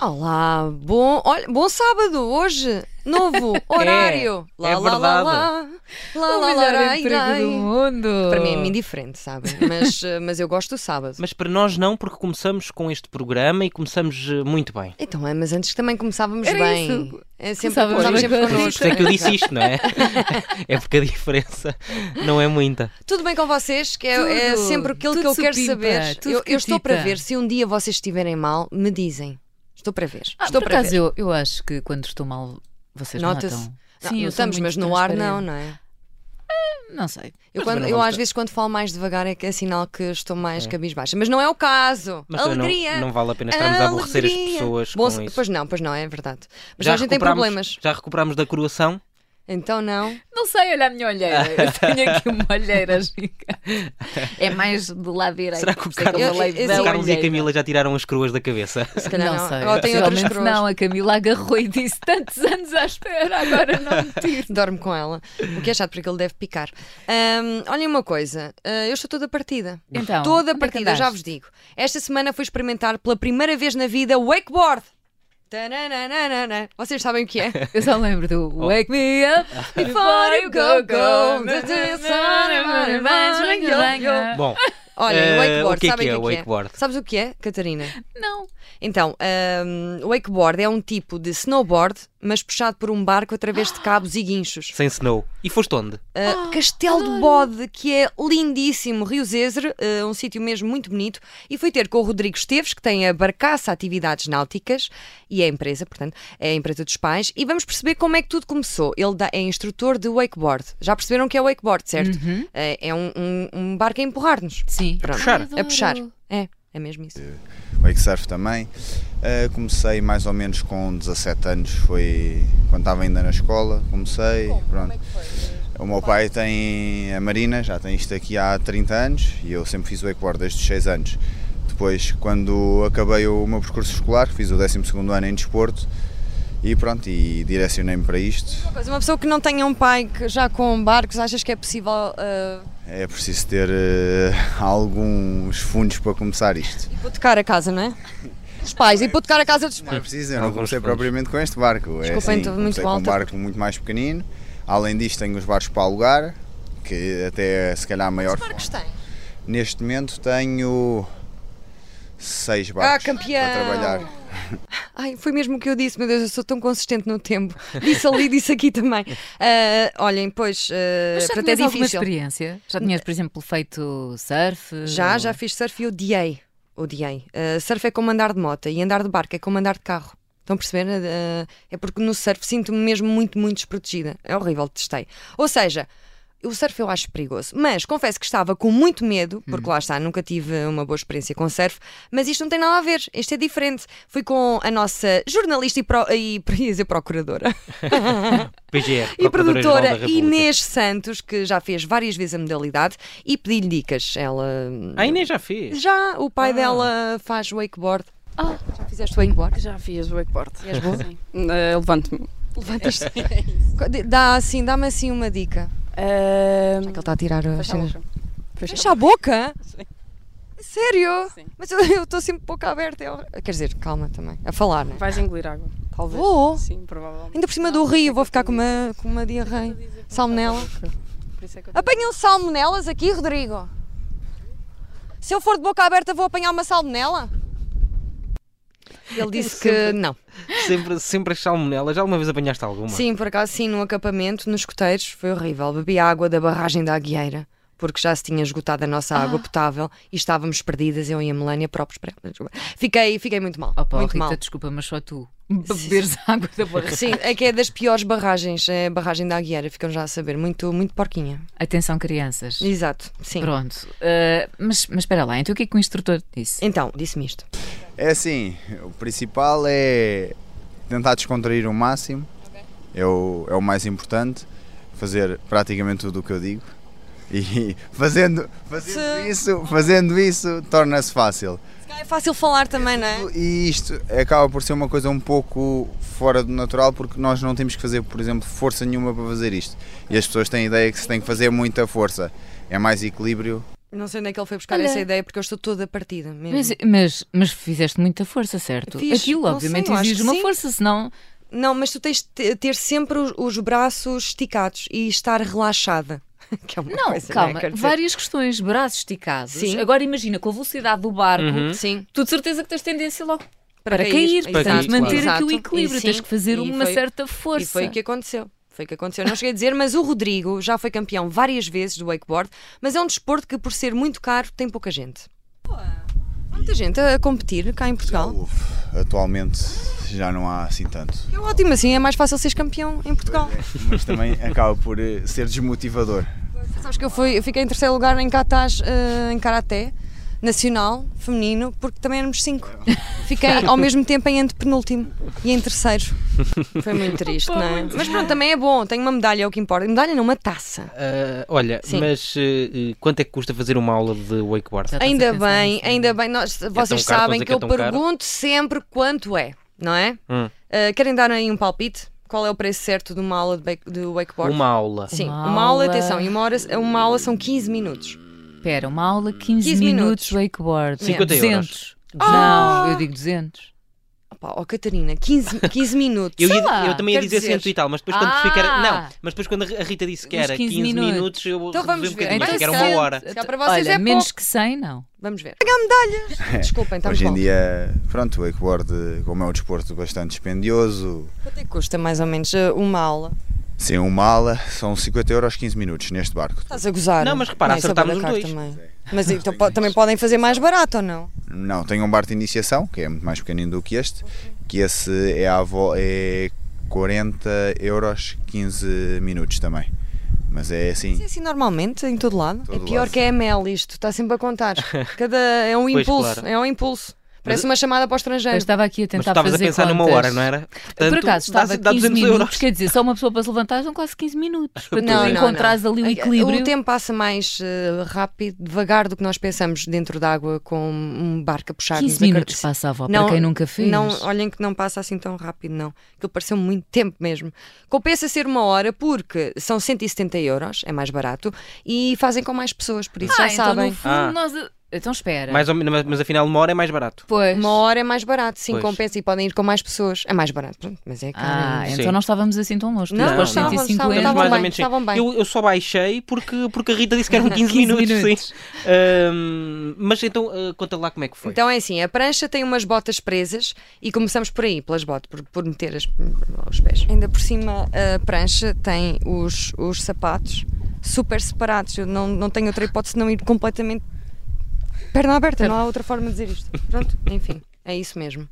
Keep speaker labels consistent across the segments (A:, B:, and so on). A: Olá, bom, olha, bom sábado hoje, novo horário.
B: É, é verdade.
A: lá,
B: o
A: lá,
B: melhor
A: lá,
B: emprego
A: lá,
B: do mundo.
A: Para mim é indiferente, sabem? Mas, eh, mas eu gosto do sábado.
B: Mas para nós não, porque começamos com este programa e começamos eh, muito bem.
A: Então é, mas antes também começávamos
C: Era
A: bem.
C: isso.
A: É sempre
C: Começávamos
A: começávamos
C: bem
A: sempre
C: com a
B: Por
A: connosco.
B: isso é que eu disse isto, não é? É porque a diferença não é muita.
A: Tudo bem com vocês? Que é, é
C: Tudo,
A: sempre aquilo que
C: tudo
A: eu quero
C: supimpa,
A: saber.
C: tudo
A: Eu, eu estou
C: catita.
A: para ver. Se um dia vocês estiverem mal, me dizem. Estou para ver.
C: Ah,
A: estou
C: por
A: para
C: acaso
A: ver.
C: eu, eu acho que quando estou mal vocês
A: Nota-se.
C: notam.
A: Não,
C: eu sou
A: notamos,
C: muito
A: mas no ar não,
C: transparente.
A: não é?
C: Não sei.
A: Eu,
B: Mas
A: quando-
B: também não
A: eu
B: vamos
A: às
B: ta-
A: vezes, quando falo mais devagar, é que é sinal que estou mais cabisbaixa. Mas não é o caso.
B: Mas também
A: Alegria.
B: Não, não vale a pena estarmos a aborrecer as
A: Alegria.
B: pessoas
A: Bom,
B: com
A: se-
B: isso.
A: Pois não, pois não, é verdade. Mas
B: Já
A: a gente tem
B: recuperámos-
A: problemas.
B: Já recuperámos da coroação?
A: Então não.
C: Não sei, olha a minha olheira. Eu tenho aqui uma olheira gigante. É mais do lado direito.
B: Será que o
C: por isso é eu
B: Carlos,
C: falei
A: eu-
C: da
B: o Carlos e a
C: olheira.
B: Camila já tiraram as coroas da cabeça?
A: Se calhar
C: não, sei.
A: Ou tem outras
C: Possivelmente
A: coroas.
C: não, a Camila agarrou e disse tantos anos à espera, agora não me tiro.
A: Dorme com ela. O que é chato, porque ele deve picar. Ahm, olhem uma coisa, ah, eu estou toda partida.
C: Então, onde
A: toda
C: é que
A: partida, eu já
C: andaste?
A: vos digo. Esta semana fui experimentar pela primeira vez na vida wakeboard. Tananana. Vocês sabem o que é?
C: Eu só lembro do Wake Me Up Before You Go Go. the sun
B: Bom,
A: Olhem,
B: Eh,
A: wakeboard,
B: o que é
A: sabem
B: que é
A: o que é?
B: wakeboard?
A: Sabes o que é, Catarina?
C: Não.
A: Então, ahm, wakeboard é um tipo de snowboard, mas puxado por um barco através de cabos e guinchos.
B: sem snow. E foste onde?
A: Uh, Castelo de Bode, que é lindíssimo, Rio Zezer, uh, um sítio mesmo muito bonito, e fui ter com o Rodrigo Esteves, que tem a Barcaça Atividades Náuticas, e é a empresa, portanto, é a empresa dos pais, e vamos perceber como é que tudo começou. Ele dá- é instrutor de wakeboard. Já perceberam que é wakeboard, certo? Uh, é um, um- um barco a empurrar-nos.
C: Sim.
A: Pronto.
B: puxar.
A: A puxar. É, é mesmo isso.
D: wakesurf também. Ah, comecei mais ou menos com 17 anos, foi quando estava ainda na escola, comecei. pronto. O meu pai tem a Marina, já tem isto aqui há 30 anos e eu sempre fiz wakeboard desde os 6 anos. Depois, quando acabei o meu percurso escolar, fiz o 12º ano em desporto e pronto, e direcionei-me para isto.
A: Mas uma pessoa que não tenha um pai que já com barcos, achas que é possível. uh,
D: É preciso ter eh, alguns fundos para começar isto.
A: hipotecar a casa, não é? Os pais, hipotecar a casa dos
D: Não é
A: pais.
D: preciso, eu não
B: Alguns
D: comecei
B: pontos.
D: propriamente com este barco. é
A: Desculpem,
D: assim,
A: estou então, muito
D: comecei com um
A: alta.
D: barco muito mais pequenino. Além disto, tenho os barcos para alugar, que até é, se calhar a maior.
A: Barcos têm.
D: Neste momento tenho seis barcos
A: Ah, campeão!
D: para trabalhar.
A: Ai, foi mesmo o que eu disse, meu Deus, eu sou tão consistente no tempo. Disse ali, disse aqui também. Ah, olhem, pois, ah,
C: Mas já
A: portanto é
C: tinhas alguma
A: difícil.
C: experiência? Já tinhas, por exemplo, feito surf?
A: Já,
C: Ou-
A: já fiz surf e odiei. Odiei. Ah, surf é como andar de moto e andar de barco é como andar de carro. Estão a perceber? Ah, é porque no surf sinto-me mesmo muito, muito desprotegida. É horrível, testei. Ou seja, o surf eu acho perigoso, mas confesso que estava com muito medo, porque
B: Hum.
A: lá está, nunca tive uma boa experiência com surf, mas isto não tem nada a ver, isto é diferente. Fui com a nossa jornalista e, pro, e ia dizer procuradora e
B: PGR, Procuradora-Geral da
A: produtora
B: República.
A: Inês Santos, que já fez várias vezes a modalidade, e pedi-lhe dicas. Ela.
B: A Inês já fez.
A: Já, o pai dela faz wakeboard.
E: Ah.
A: Já fizeste wakeboard?
E: Já fiz o wakeboard.
A: E és boa?
E: Sim. Eh, Levanto-me. É
A: Levantas-te. Dá assim, dá-me assim uma dica.
E: Eh,
A: Já que ele está a tirar as
E: fecha a
A: cenas.
E: boca. Fecha a
A: Fecha a boca?
E: Sim.
A: Sério?
E: Sim.
A: Mas eu eu estou sempre boca aberta. eu- Quer dizer, calma também. A falar, né?
E: boca. Vais engolir água. Talvez.
A: Vou.
E: Sim, provavelmente.
A: Ainda por cima do rio, vou ficar com uma, com uma diarreia. Salmonela.
E: Por isso é que eu
A: Apanham salmonelas aqui, Rodrigo? Se eu for de boca aberta, vou apanhar uma salmonela? Ele disse que não.
B: Sempre, sempre as salmonelas. Já alguma vez apanhaste alguma?
A: Sim, por acaso, sim, no acampamento, nos escoteiros, foi horrível. Bebi água da barragem da Aguieira, porque já se tinha esgotado a nossa água
C: Ah.
A: potável e estávamos perdidas, eu e a Melania próprios para Fiquei, fiquei muito mal.
C: Opa,
A: muito
C: Oh, Rita,
A: mal.
C: desculpa, mas só tu beberes água da barra.
A: Sim, é que é das piores barragens, é a barragem da Aguieira, ficam já a saber, muito, muito porquinha.
C: Atenção, crianças.
A: Exato, sim.
C: Pronto. Uh, mas, mas espera lá, então o que é que o instrutor te disse?
A: Então, disse-me isto.
D: É assim, o principal é tentar descontrair o máximo, é, o, é o mais importante, fazer praticamente tudo o que eu digo e fazendo, fazendo
A: Se-
D: isso, fazendo isso torna-se fácil.
A: É fácil falar também, não é?
D: E isto acaba por ser uma coisa um pouco fora do natural porque nós não temos que fazer, por exemplo, força nenhuma para fazer isto. E as pessoas têm a ideia que se tem que fazer muita força. É mais equilíbrio.
A: Não sei onde é que ele foi buscar
C: Olha.
A: essa ideia, porque eu estou toda partida mesmo.
C: Mas, mas, mas fizeste muita força, certo?
A: Fiz,
C: Aquilo,
A: não
C: obviamente,
A: sei, eu acho
C: exige
A: que
C: uma
A: sim.
C: força, senão.
A: Não, mas tu tens de te- ter sempre os, os braços esticados e estar relaxada. Que é uma
C: Não,
A: coisa,
C: calma,
A: Não é? Quer dizer-
C: várias questões, braços esticados.
A: Sim.
C: Agora imagina, com a velocidade do barco,
B: Uhum.
A: Sim.
C: tu de certeza que tens tendência logo para,
A: Para
C: cair,
A: cair,
C: para
B: exato,
C: manter
A: claro.
C: aqui o
A: Exato,
C: equilíbrio,
A: e
C: tens
A: sim,
C: que fazer
A: e
C: uma
A: foi-
C: certa força.
A: E foi o que aconteceu. Foi o que aconteceu. Não cheguei a dizer, mas o Rodrigo já foi campeão várias vezes do wakeboard, mas é um desporto que, por ser muito caro, tem pouca gente. Há Muita gente a competir cá em Portugal.
D: Uf, atualmente já não há assim tanto.
A: É ótimo, é. assim é mais fácil seres campeão em Portugal.
D: Mas também acaba por eh, ser desmotivador.
A: Sabes que eu, fui, eu fiquei em terceiro lugar em Catas em Karaté, nacional, feminino, porque também éramos cinco. Fiquei ao mesmo tempo em antepenúltimo e em terceiro. Foi muito triste, não é? Mas pronto, também é bom, tenho uma medalha, é o que importa. Medalha não, uma taça.
B: Ah, olha,
A: Sim.
B: mas eh, quanto é que custa fazer uma aula de wakeboard?
C: Estás a
A: Ainda
C: pensar
A: bem,
C: nisso, não é?
A: ainda bem. Nós,
B: tão
A: vocês
B: caro,
A: sabem
B: estão a dizer
A: que,
B: que é
A: eu
B: tão caro?
A: pergunto sempre quanto é, não é?
B: Hum.
A: Uh, querem dar aí um palpite? Qual é o preço certo de uma aula de, bake- de wakeboard?
B: Uma aula.
A: Sim,
C: Uma
A: uma, aula,
C: aula.
A: atenção, e uma, hora, uma aula são 15 minutos.
C: Espera, uma aula, 15,
A: 15
C: minutos
A: minutos.
C: de wakeboard.
B: 50 euros.
C: 200. Não, eu digo 200.
A: Opa, ó Catarina, 15, 15 minutos.
B: Eu, ia-
C: lá,
B: eu também ia
A: quer
B: dizer
A: dizer-
B: cento e tal, mas depois quando
C: Ah!
B: fica era- Não, mas depois quando a Rita disse que
C: Uns
B: era
C: 15
B: 15,
C: minutos.
B: minutos, eu
A: Então vamos
B: reduzi um
A: ver.
B: bocadinho, achei que era uma
A: Então,
B: hora.
A: Se calhar para vocês
C: Olha,
A: é
C: menos
A: pouco.
C: que 100, não.
A: Vamos ver. Pegar medalhas! Desculpem, estamos
D: Hoje em
A: bom.
D: dia, pronto, o wakeboard, eh, como é um desporto bastante dispendioso,
A: Quanto é que custa mais ou menos uh, uma aula?
D: sem uma ala, são 50 euros 15 minutos neste barco.
A: Estás a gozar?
B: Não, mas repara,
A: Não, isso é
B: acertámos
A: bué da
B: os
A: caro
B: dois.
A: Também. Mas então, po-
D: é
A: também podem fazer mais barato ou não?
D: Não, tem um bar de iniciação, que é muito mais pequenino do que este, que esse é, à vo- é 40 euros 15 minutos também. Mas é
A: Sim,
D: assim,
A: assim normalmente, em todo lado.
D: Todo
A: é pior
D: lado.
A: que é a Mel isto, está sempre a contar. Cada, é um
B: Pois,
A: impulso,
B: claro.
A: é um impulso. Parece uma chamada para o
C: Eu
A: estrangeiro.
C: estava aqui a
B: Mas tu
C: tentar
B: estavas
C: fazer
B: a pensar
C: contas.
B: numa hora, não era? Portanto,
C: Por acaso, estava
B: dá, dá
C: 15
B: 200
C: minutos,
B: euros.
C: quer dizer, só uma pessoa para se levantar são quase 15 minutos. Para
A: Não,
C: tu
A: não, não.
C: encontrares ali o equilíbrio.
A: O tempo passa mais eh, rápido, devagar do que nós pensamos dentro d'água com um barco a puxar
C: 15 minutos passava, para quem nunca fez.
A: Não, olhem que não passa assim tão rápido, não. Aquilo pareceu muito tempo mesmo. Compensa ser uma hora porque são 170 euros, é mais barato, e fazem com mais pessoas, por isso
C: ah,
A: já
C: então
A: sabem.
C: no fundo
B: Ah.
C: nós... Então espera.
B: Mais ou menos, mas, mas afinal uma hora é mais barato.
C: Pois.
A: Uma hora é mais barato, sim,
B: Pois.
A: compensa e podem ir com mais pessoas. É mais barato, pronto, mas é
C: Ah,
A: caro.
B: Sim.
C: então não estávamos assim tão longe.
A: Não,
C: Não,
B: não,
C: não,
B: estavam-
C: 150,
A: estavam-
B: Mas
A: estavam
B: mais ou
A: bem,
B: menos sim.
A: estavam bem.
B: Eu, eu só baixei porque, porque a Rita disse que eram 15,
C: 15
B: minutos,
C: minutos.
B: sim. Ahm, mas então ah, conta lá como é que foi.
A: Então é assim, a prancha tem umas botas presas e começamos por aí, pelas botas, por, por meter as- os pés. Ainda por cima a prancha tem os, os sapatos super separados. Eu não, não tenho outra hipótese de não ir completamente perna aberta, não há outra forma de dizer isto. Pronto, enfim, é isso mesmo.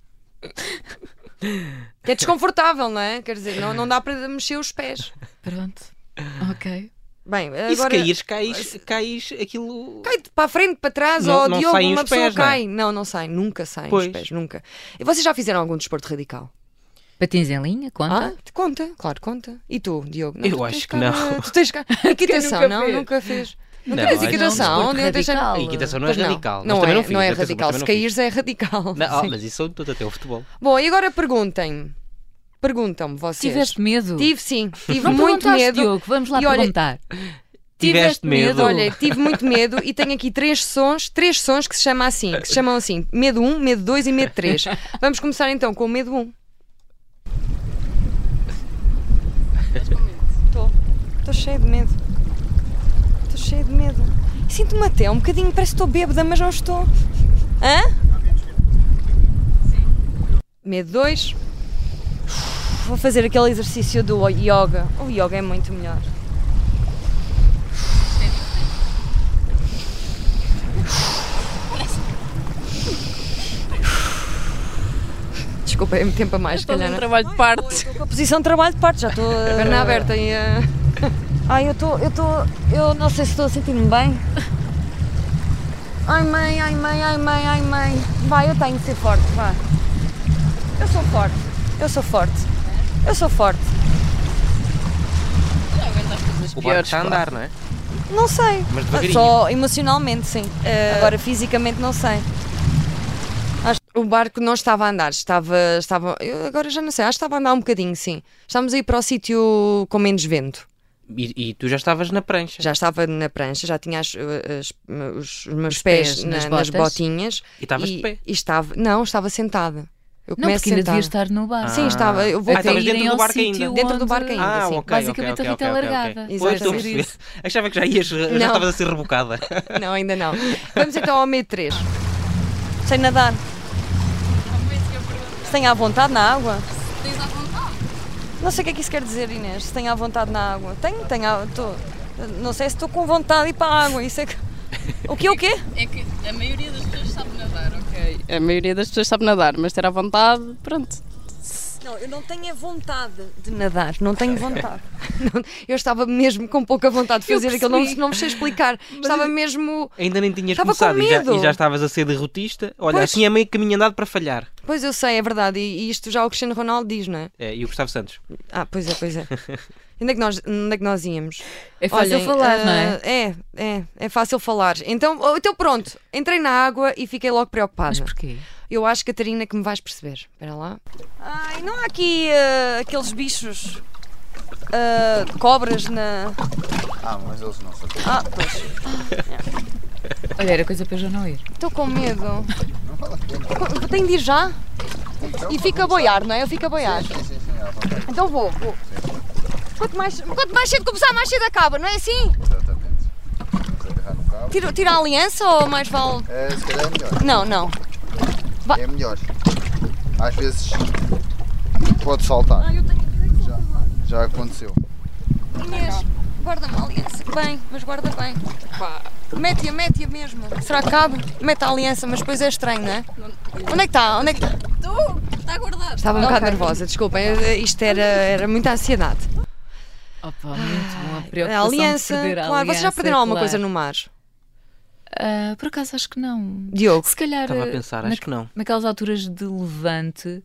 A: É desconfortável, não é? Quer dizer, não, não dá para mexer os pés.
C: Pronto. Ok.
A: Bem,
B: e se
A: agora.
B: caís, caís, caís aquilo.
A: Cai de- para a frente, para trás,
B: Não-
A: ou
B: não
A: Diogo,
B: saem
A: uma
B: os
A: pessoa
B: pés, não é?
A: cai. Não, não, sai, nunca saem
B: Pois.
A: os pés, nunca. E vocês já fizeram algum desporto radical?
C: Patins em linha, conta.
A: Ah, conta, claro, conta. E tu, Diogo?
B: Eu
A: tu
B: acho
A: tens
B: que não.
A: Tu tens cara. Equitação,
C: nunca
A: não?
C: fez.
A: Nunca fez.
B: Não,
A: Nunca fez
B: acho que não,
A: equitação?
C: desporto
A: Onde eu deixei-
C: radical.
B: A um equitação não é
A: um Pois
B: radical.
A: Não,
B: mas também
A: é,
B: não, fiz,
A: não é
B: atenção, mas
A: radical.
B: também
A: Se
B: não fiz.
A: caíres é radical.
B: Não, ah,
A: Sim.
B: mas isso tudo até o futebol.
A: Bom, e agora perguntem-me. Perguntam-me vocês.
C: Tiveste medo?
A: Tive sim, tive
C: Não
A: muito
C: perguntaste,
A: medo.
C: Diogo, vamos lá
A: E olha,
C: perguntar.
B: Tiveste medo?
A: Olha, tive muito medo e tenho aqui três sons, três sons que se chama assim, que se chamam assim, medo 1, medo 2 e medo 3. Vamos começar então com o medo 1. Estou. Estou cheio de medo. Estou cheio de medo. Sinto-me até um bocadinho, parece que estou bêbada, mas não estou. Hã? Medo 2. Vou fazer aquele exercício do yoga. O yoga é muito melhor. Desculpa, é tempo a mais, se
E: Estou
A: calhar.
E: um
A: não é?
E: trabalho de parte.
A: Estou com a posição de trabalho de parte, já estou. a Perna aberta e. a. Ai, eu estou. Eu estou. Eu não sei se estou a sentir-me bem. Ai, mãe, ai, mãe, ai, mãe, ai, mãe. Vai, eu tenho de ser forte, vá. Eu sou forte. Eu sou forte. Eu sou forte.
B: O barco
E: piores,
B: está a andar, não é?
A: Não sei.
B: Mas devagarinho.
A: Só emocionalmente, sim. Eh, Agora fisicamente não sei. Acho- O barco não estava a andar, estava. estava eu agora já não sei, acho que estava a andar um bocadinho, sim. Estávamos a ir para o sítio com menos vento.
B: E, e tu já estavas na prancha.
A: Já estava na prancha, já tinha as- eh, as- os, os meus
C: Os
A: pés,
C: pés
A: na-
C: nas
A: nas
C: botas.
A: botinhas.
B: E estavas
A: e,
B: de pé.
A: e estava, não, estava sentada. Eu
C: Não,
A: começo
C: porque ainda
A: sentada.
C: devia estar no barco.
A: Sim, estava. Eu vou
B: Ah, estavas
A: cair.
B: dentro do barco ainda.
A: Dentro assim, do barco ainda,
B: Ah,
A: sim.
B: ok.
C: Basicamente
B: ok, ok,
C: a Rita
B: ok, ok.
C: largada.
A: Exatamente.
B: Pois, estou a
A: Fazer
B: perceber. Achava que já ias, já
A: Não.
B: estavas a ser rebocada.
A: Não, ainda não. Vamos então ao meio 3. Sem nadar. Se tem à vontade na água?
F: Tens à vontade.
A: Não sei o que é que isso quer dizer, Inês. Se tem à vontade na água. Tenho, tenho. à- tô- não sei se estou com vontade de ir para a água. Isso é que. O que é o quê?
F: É que a maioria das pessoas sabe nadar, ok?
E: A maioria das pessoas sabe nadar, mas ter à vontade, pronto.
A: Não, eu não tenho a vontade de nadar, não tenho vontade. Não, eu estava mesmo com pouca vontade de
C: Eu
A: fazer aquilo, não,
C: percebi.
A: não vos sei explicar. estava mesmo.
B: Ainda nem tinhas
A: Estava com
B: começado e já,
A: medo.
B: e já estavas a ser derrotista. Olha,
A: Pois.
B: assim é meio caminho andado para falhar.
A: Pois eu sei, é verdade, e, e isto já o Cristiano Ronaldo diz, não é?
B: É, e o Gustavo Santos.
A: Ah, pois é, pois é. Onde é que nós, onde é que nós íamos?
C: É fácil
A: Olhem,
C: falar, não é?
A: ah, É, é, é fácil falar. Então, oh, então pronto, entrei na água e fiquei logo preocupada.
C: Mas porquê?
A: Eu acho, Catarina, que me vais perceber. Espera lá. Ai, não há aqui ah, aqueles bichos. ah, cobras na.
D: Ah, mas eles não sabem.
A: Ah, pois.
C: Olha, era coisa para eu já não ir.
A: Estou com medo. Tenho de ir já? E fica a boiar, não é? Eu fico a boiar.
D: Sim, sim, sim, à vontade,
A: Então vou, vou. Quanto mais, quanto mais cedo começar, mais cedo acaba, não é assim?
D: exatamente. Vamos agarrar no cabo.
A: Tira, tira a aliança ou mais vale.
D: Eh, se calhar é melhor.
A: Não, não.
D: É melhor. Às vezes pode saltar. já, já aconteceu.
A: Inês, guarda-me a aliança. Bem, mas guarda bem. Mete-a, mete-a mesmo. Será que cabe? Mete a aliança, mas depois é estranho, não é? Onde é que está? Onde é que está?
F: Está a guardar.
A: Estava um bocado nervosa, desculpem. Isto era, era muita ansiedade.
C: Opa, muito bom.
A: Ah,
C: A
A: A
C: preocupação
A: aliança,
C: de perder a
A: claro. Vocês já
C: aliança,
A: perderam alguma
C: claro.
A: coisa no mar?
C: Ah, por acaso acho que não.
A: Diogo?
C: Se calhar.
B: Estava a
C: eh,
B: pensar,
C: na-
B: acho que não.
C: Naquelas alturas de levante.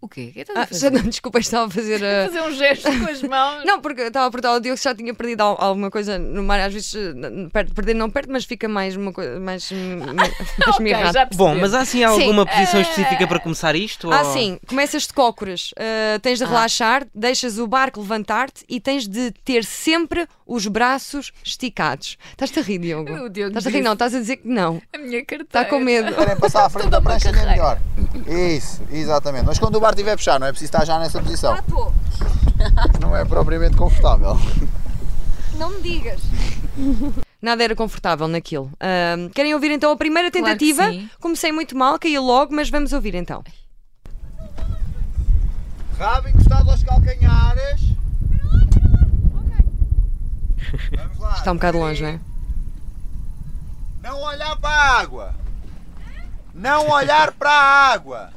C: O quê? O que é que estás
A: Ah,
C: a
A: já
C: fazer?
A: não, desculpa, estava a fazer. a-
C: Fazer um gesto com as mãos.
A: Não, porque eu estava a perguntar ao Diogo se já tinha perdido al- alguma coisa no mar. Às vezes, eh, n- perde- perder não perde, mas fica mais uma coisa, mais, hum, mais
C: Ok,
A: mirrado.
C: já percebi.
B: Bom, mas há assim alguma
C: Sim,
B: posição
C: eh,
B: específica para começar isto?
A: Ah,
B: ou-
A: sim, começas de cócoras, eh, tens de relaxar, deixas o barco levantar-te e tens de ter sempre os braços esticados. Estás-te a rir, Diogo? É.
C: O Diogo
A: Estás a rir,
C: disse.
A: não, estás a dizer que não.
C: A minha carteira.
A: Está com medo.
D: Querem passar à frente
C: Toda
D: da
C: uma
D: prancha é melhor.
C: carreira.
D: Isso, exatamente. Mas quando o bar estiver a puxar, não é preciso estar já nessa posição. Não é propriamente confortável.
A: Não me digas. Nada era confortável naquilo. Ahm, querem ouvir então a primeira
C: Claro que
A: tentativa?
C: sim.
A: Comecei muito mal, caí logo, mas vamos ouvir então.
D: Rabo encostado aos calcanhares. Vamos lá.
A: Está um bocado longe, não é?
D: Não olhar para a água. Não olhar para a água.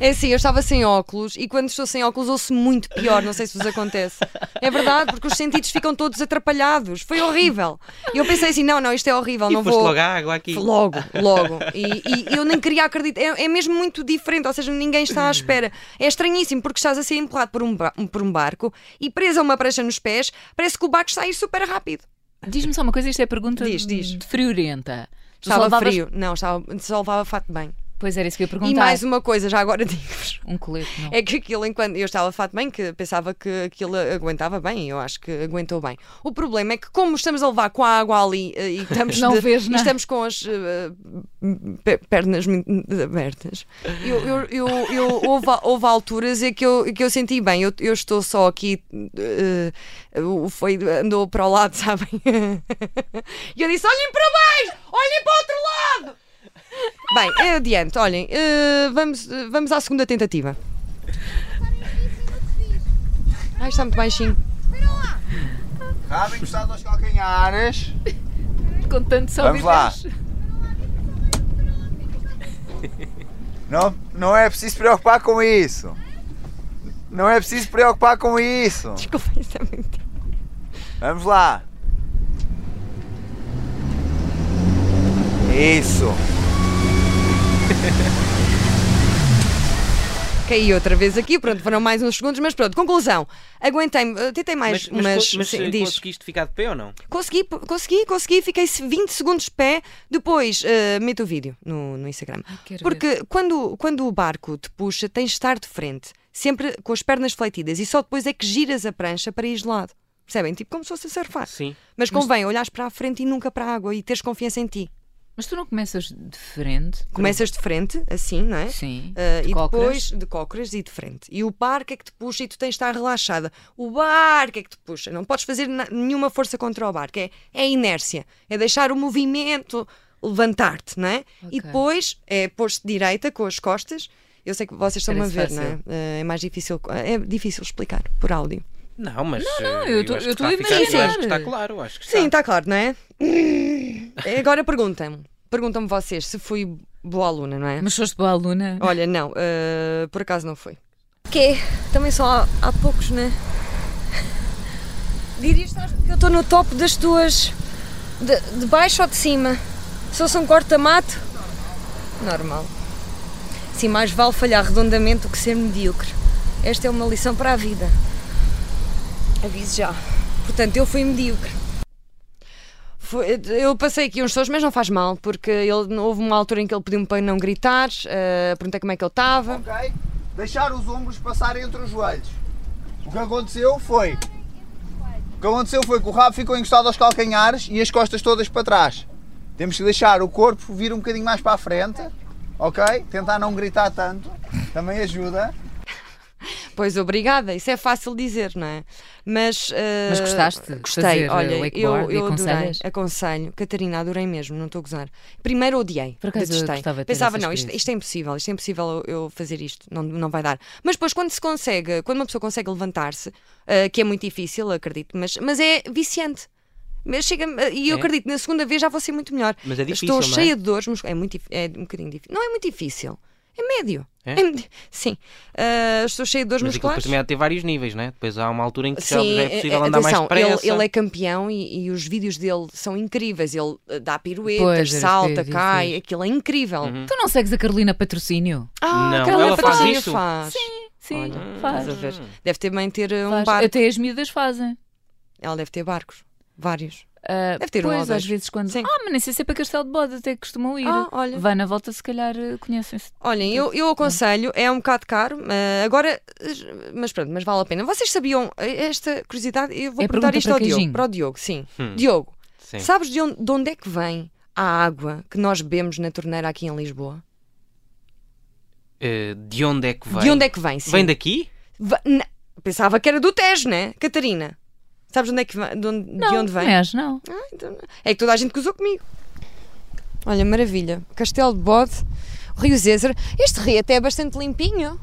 A: É assim, eu estava sem óculos e quando estou sem óculos ouço muito pior, não sei se vos acontece. É verdade, porque os sentidos ficam todos atrapalhados. Foi horrível. E eu pensei assim: não, não, isto é horrível,
B: E
A: não
B: foste
A: vou.
B: logo à água aqui.
A: Logo, logo. E, e eu nem queria acreditar. É, é mesmo muito diferente, ou seja, ninguém está à espera. É estranhíssimo porque estás a ser empurrado por um, ba- um- por um barco e preso a uma prancha nos pés, parece que o barco está a ir super rápido.
C: Diz-me só uma coisa, isto é pergunta
A: Diz, diz.
C: de friorenta. Tu
A: Estava
C: salvavas-
A: frio. Não, estava, só levava fato de banho.
C: Pois era isso que eu ia perguntar.
A: E mais uma coisa, já agora digo-vos.
C: Um colete, não.
A: É que aquilo, enquanto eu estava de fato bem, que pensava que aquilo aguentava bem, eu acho que aguentou bem. O problema é que, como estamos a levar com a água ali eh, e estamos,
C: Não
A: de-
C: vês
A: e
C: nada.
A: estamos com as eh, pe- pernas muito abertas, eu, eu, eu, eu- houve, houve alturas em que eu, que eu senti bem, eu, eu estou só aqui, eh, o- foi, andou para o lado, sabem? E eu disse: olhem para baixo, olhem para o outro lado! Bem, é adiante, olhem, eh, vamos, eh, vamos à segunda tentativa. Ai, está muito baixinho.
D: Rabo encostado aos calcanhares.
C: Com tanto só
D: Vamos lá. Não, não é preciso preocupar com isso. Não é preciso preocupar com isso.
A: Desculpa, isso é muito.
D: Vamos lá. Isso.
A: O que
G: caí outra vez aqui, pronto, foram mais uns segundos, mas pronto, conclusão. Aguentei-me, eh, tentei mais, mas,
B: co- mas,
G: sim,
B: eh,
G: diz.
B: conseguiste ficar de pé ou não?
G: Consegui, p- consegui, consegui, fiquei 20 segundos de pé, depois eh, meto o vídeo no, no Instagram.
C: quero
G: Porque quando, quando o barco te puxa, tens de estar de frente, sempre com as pernas fletidas, e só depois é que giras a prancha para ir de lado. Percebem? Tipo como se fosse a
A: Ah,
G: surfar.
B: Sim.
G: Mas convém olhares para a frente e nunca para a água e teres confiança em ti.
C: Mas tu não começas de frente?
G: Começas de frente, assim, não é?
C: Sim.
G: Ah,
C: de
G: e
C: cócoras?
G: depois de cócoras e de frente. E o barco é que te puxa e tu tens de estar relaxada. O barco é que te puxa. Não podes fazer na- nenhuma força contra o barco. É, é inércia. É deixar o movimento levantar-te, não é?
C: Ok.
G: E depois é pôr-te direita com as costas. Eu sei que vocês estão-me a ver,
C: Parece
G: não é? Ah, é mais difícil. É difícil explicar por áudio.
B: Não, mas. Não,
C: eu tô- eu tô a imaginar.
B: Acho que está claro, acho que está.
G: Sim, está claro, não é? Agora perguntem-me. Perguntam-me vocês se fui boa aluna, não é?
C: Mas foste boa aluna?
G: Olha, não, eh, por acaso não foi. Quê? Também só há, há poucos, né? Dirias que eu estou no top das duas. De, de baixo ou de cima? Se fosse um corta-mato? Normal. Sim, mais vale falhar redondamente do que ser medíocre. Esta é uma lição para a vida. Aviso já. Portanto, eu fui medíocre. Foi- eu passei aqui uns sons, mas não faz mal, porque ele, houve uma altura em que ele pediu-me para eu não gritar, eh, perguntei como é que eu estava.
D: ok? Deixar os ombros passar entre os joelhos. O que aconteceu foi. O que aconteceu foi que o rabo ficou encostado aos calcanhares e as costas todas para trás. Temos que deixar o corpo vir um bocadinho mais para a frente, ok? Tentar não gritar tanto, também ajuda.
G: Pois obrigada, isso é fácil dizer, não é? Mas, eh,
C: Mas gostaste de
G: Gostei,
C: fazer, eh,
G: olha, eu,
C: wakeboard e
G: eu adorei,
C: aconselhas?
G: aconselho, Catarina, adorei mesmo, não estou a gozar. Primeiro odiei,
C: Por acaso eu
G: detestei.
C: gostava de ter
G: Pensava,
C: essa
G: não, isto,
C: experiência.
G: isto é impossível, isto é impossível eu, eu fazer isto, não, não vai dar. Mas depois, quando se consegue, quando uma pessoa consegue levantar-se, eh, que é muito difícil, acredito, mas, mas é viciante. Mas chega e eu
B: É?
G: acredito, na segunda vez já vou ser muito melhor.
B: Mas é difícil,
G: Estou
B: não é?
G: cheia de dores, mas é, muito, dif- é um bocadinho difícil. Não é muito difícil, é médio.
B: É?
G: medi- sim, Eh, estou cheia de dores
B: Mas aquilo depois
G: musculares.
B: também há de ter vários níveis, né? Depois há uma altura em que já,
G: Sim,
B: já é possível
G: eh,
B: andar mais
G: atenção, ele,
B: depressa.
G: ele é campeão e, e os vídeos dele são incríveis. Ele eh, dá piruetas,
C: Pois, era isso que eu ia
G: salta,
C: dizer.
G: cai, aquilo é incrível.
C: Tu não segues a Carolina Patrocínio?
G: Ah,
B: Uhum. Não,
G: aquela
B: ela faz
G: faz,
B: isso?
G: faz.
C: Sim,
G: Olha,
C: faz.
G: estás a ver. Deve também ter eh, um
C: faz.
G: barco.
C: Até as miúdas fazem.
G: Ela deve ter barcos, vários.
C: Ah,
G: Deve ter um ou
C: pois,
G: dois.
C: às vezes quando.
G: Sim.
C: Ah, mas nem sei se é para Castelo de Bode, até costumam ir.
G: Ah, olha.
C: Vai na volta, se calhar eh, conhecem-se.
G: Olhem, eu, eu aconselho, é um bocado caro, eh, agora, eh, mas pronto, mas vale a pena. Vocês sabiam eh, esta curiosidade? Eu vou
C: É
G: perguntar
C: pergunta
G: isto
C: para
G: ao Diogo,
C: queijinho.
G: para o Diogo, sim.
B: Hum.
G: Diogo,
B: Sim.
G: sabes de onde, de onde é que vem a água que nós bebemos na torneira aqui em Lisboa?
B: Eh, de onde é que vem?
G: De onde é que vem? Sim.
B: Vem daqui?
G: Va- na- Pensava que era do Tejo, né? Catarina. Sabes onde é que vem- de onde, de
C: Não,
G: onde vem?
C: não és, não.
G: Ah, então não. É que toda a gente cruzou comigo. Olha, maravilha. Castelo de Bode, Rio Zézer. Este rio até é bastante limpinho,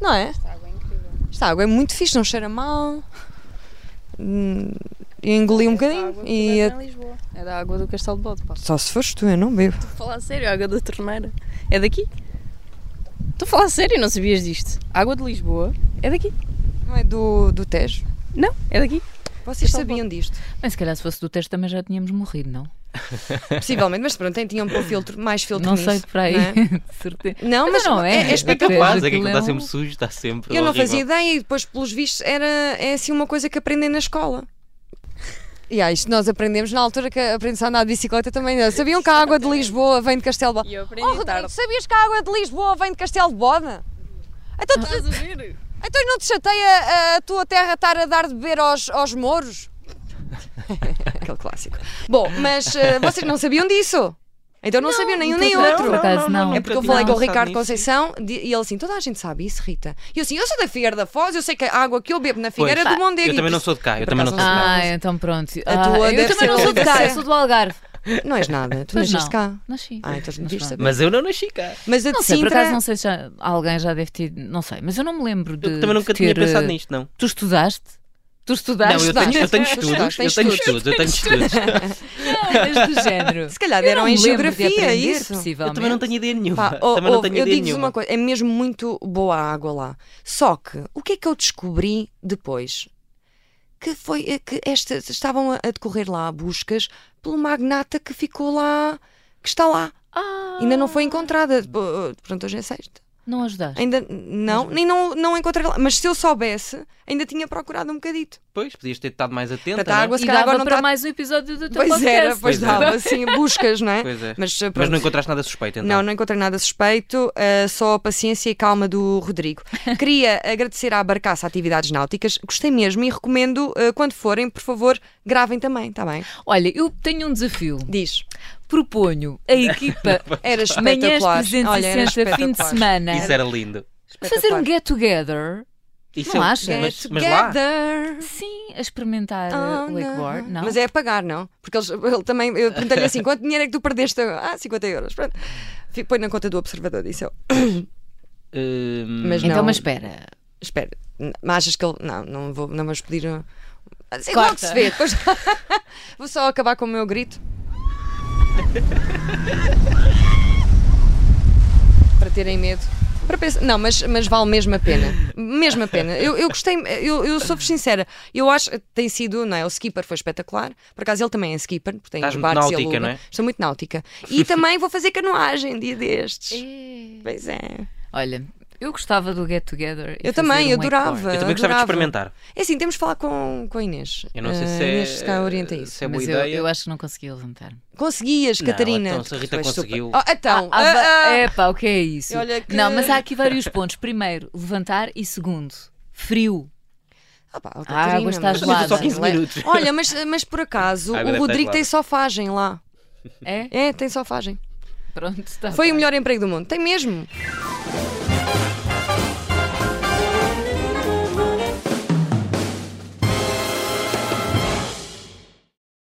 G: não é? Esta água é incrível. Esta água é muito fixe, não cheira mal. Hum, Eu engoli um bocadinho e a-
E: Lisboa. É da água do Castelo de Bode, pá.
G: só se fores tu, eu não bebo.
E: Falar sério, a água da torneira. É daqui? Estou a falar sério, não sabias disto. A água de Lisboa é daqui.
G: Não é do, do Tejo?
E: Não, é daqui.
G: Vocês
E: Castelo de
G: sabiam disto?
C: Mas se calhar se fosse do teste também já tínhamos morrido, não?
G: Possivelmente, mas pronto, tem- tinham um filtro, mais filtro
C: não
G: nisso.
C: sei por aí.
G: não é?
C: De certeza.
G: Não, mas
C: não é.
G: é- é espetacular.
B: Capaz, é que
C: Aquilo
B: aquilo
C: é
B: está
C: um-
B: sempre sujo, está sempre.
G: Eu não
B: horrível.
G: fazia ideia e depois, pelos vistos, era, é assim uma coisa que aprendem na escola. E há isto nós aprendemos na altura que aprendes a andar de bicicleta também. não. é? Sabiam que a água de Lisboa vem de Castelo de Bode?
E: E eu aprendi
G: Oh, Rodrigo, sabias que a água de Lisboa vem de Castelo de Bode? Então, tu-
E: Estás a ver?
C: Ah.
G: então não te chateia a tua terra estar a dar de beber aos, aos mouros? Aquele clássico. Bom, mas eh, vocês não sabiam disso? Então não, sabiam nenhum nem
C: Por
G: outro.
C: acaso não.
G: É porque eu
B: Nunca
G: falei com
B: tinha
G: o Ricardo
B: pensado nisso.
G: Conceição di- e ele assim, toda a gente sabe isso, Rita. E eu assim, eu sou da Figueira da Foz, eu sei que a água que eu bebo na Figueira é do Mondego.
B: Eu também não sou de cá, eu
G: Por
B: também não
G: acaso
B: sou de
G: não
B: cá.
C: Ah, então pronto.
G: A
C: Ah,
G: tua
C: eu
G: deve
C: também não
G: ser-
C: sou de cá,
G: deve
C: eu
G: ser.
C: sou do Algarve.
G: Não és nada, tu
C: Pois
G: nasceste
C: não.
G: cá.
C: Nasci.
G: Ah, então não
C: Mas
G: devias
C: pronto.
G: saber.
B: Mas eu não nasci cá.
G: Mas a de
C: Não sei, por
G: Sintra-
C: acaso não sei se já- alguém já deve ter. Não sei, mas eu não me lembro de.
B: Eu também
C: de
B: nunca tinha
C: ter,
B: pensado
C: eh,
B: nisto, não.
C: Tu estudaste? Tu estudaste?
B: Não, eu tenho, eu tenho
G: Tu
B: estudos,
G: estudaste,
B: eu
G: tens
B: tenho
G: estudos.
B: estudos, eu tenho estudos.
C: Ah, Mas do género.
G: se calhar
C: Eu não
G: deram em
C: me lembro de
G: geografia é
C: aprender,
G: isso.
C: possivelmente.
B: Eu também não tenho ideia nenhuma.
G: Pá, oh,
B: também não
G: ouve,
B: tenho ideia
G: eu digo-vos
B: nenhuma.
G: uma coisa, é mesmo muito boa a água lá. Só que o que é que eu descobri depois? Que foi eh, que esta, estavam a a decorrer lá buscas pelo magnata que ficou lá, que está lá.
C: Ah,
G: Ainda não foi encontrada. Bo- Pronto, hoje é sexta.
C: Não ajudaste.
G: Ainda não, nem não, não encontrei lá. Mas se eu soubesse, ainda tinha procurado um bocadito.
B: Pois, podias ter estado mais atenta.
G: Portanto, a
B: não é?
G: água se
C: E
G: calhar
C: dava
G: agora não
C: para
E: tá-
G: está.
C: mais um episódio do teu
G: Pois
C: podcast.
G: era, pois
B: Pois é.
G: dava, assim, buscas, não é?
B: Pois é.
G: Mas, uh,
B: Mas
G: pronto.
B: não encontraste nada suspeito então.
G: Não, não encontrei nada suspeito, eh, só a paciência e calma do Rodrigo. Queria agradecer à Barcaça Atividades Náuticas, gostei mesmo e recomendo, eh, quando forem, por favor, gravem também, está bem?
C: Olha, eu tenho um desafio.
G: Diz.
C: Proponho a equipa
G: Era
C: manhãs
G: espetacular. Olha,
C: 360,
G: era
C: é fim de
G: espetacular.
C: semana,
B: Isso é era lindo.
C: fazer um get-together.
B: Isso
C: Não
B: é-
C: achas?
B: Mas,
G: Get
B: mas lá,
G: together.
C: Sim, a experimentar
G: Ah,
C: uh, wakeboard, não?
G: Mas é a pagar, não? Porque eles, ele também, eu perguntei-lhe assim: quanto dinheiro é que tu perdeste? Ah, 50 euros. Pronto. Fico- Põe na conta do observador, disse eu.
B: hum,
G: Mas
C: Então,
G: não,
C: mas espera.
G: Espera, n- mas achas que ele. Não, não, vou, não vamos pedir. uh, Assim,
C: Corta.
G: logo se vê. Depois... vou só acabar com o meu grito. Para terem medo. Para pensar... Não, mas, mas vale mesmo a pena. Mesmo a pena. Eu, eu gostei, eu, eu sou-vos sincera. Eu acho que tem sido, não é? O skipper foi espetacular. Por acaso ele também é skipper, porque tem
B: Estás
G: os
B: muito
G: barcos e
B: náutica,
G: aluga.
B: não é?
G: Estou muito náutica. E também vou fazer canoagem um dia destes. Pois é.
C: Olha, eu gostava do get-together. um
G: Eu um também, eu adorava.
B: eu também gostava de
G: adorava.
B: experimentar.
G: É assim, temos de falar com, com a Inês.
B: Eu não sei
G: Ah,
B: se
G: a
B: é,
G: Inês se calhar orienta isso.
B: se é boa
C: mas eu,
B: ideia.
C: eu acho que não conseguia levantar-me.
G: Conseguias,
B: Não,
G: Catarina.
B: então, se a Rita
G: Tu és super-
B: conseguiu.
G: Oh, então,
C: Ah, ah,
G: ah, ah,
C: epá, o que é isso?
G: Olha que-
C: Não, mas há aqui vários pontos. Primeiro, levantar e segundo, frio.
G: ah, pá,
C: a água
G: Catarina,
C: está
G: mas-
C: gelada. Só
B: 15 minutos.
G: é- Olha, mas, mas por acaso
B: A água
G: o
B: deve
G: Rodrigo
B: estar
G: tem
B: gelada.
G: sofagem lá.
C: É?
G: É, tem sofagem.
C: Pronto, está
G: Foi
C: bem.
G: o melhor emprego do mundo. Tem mesmo.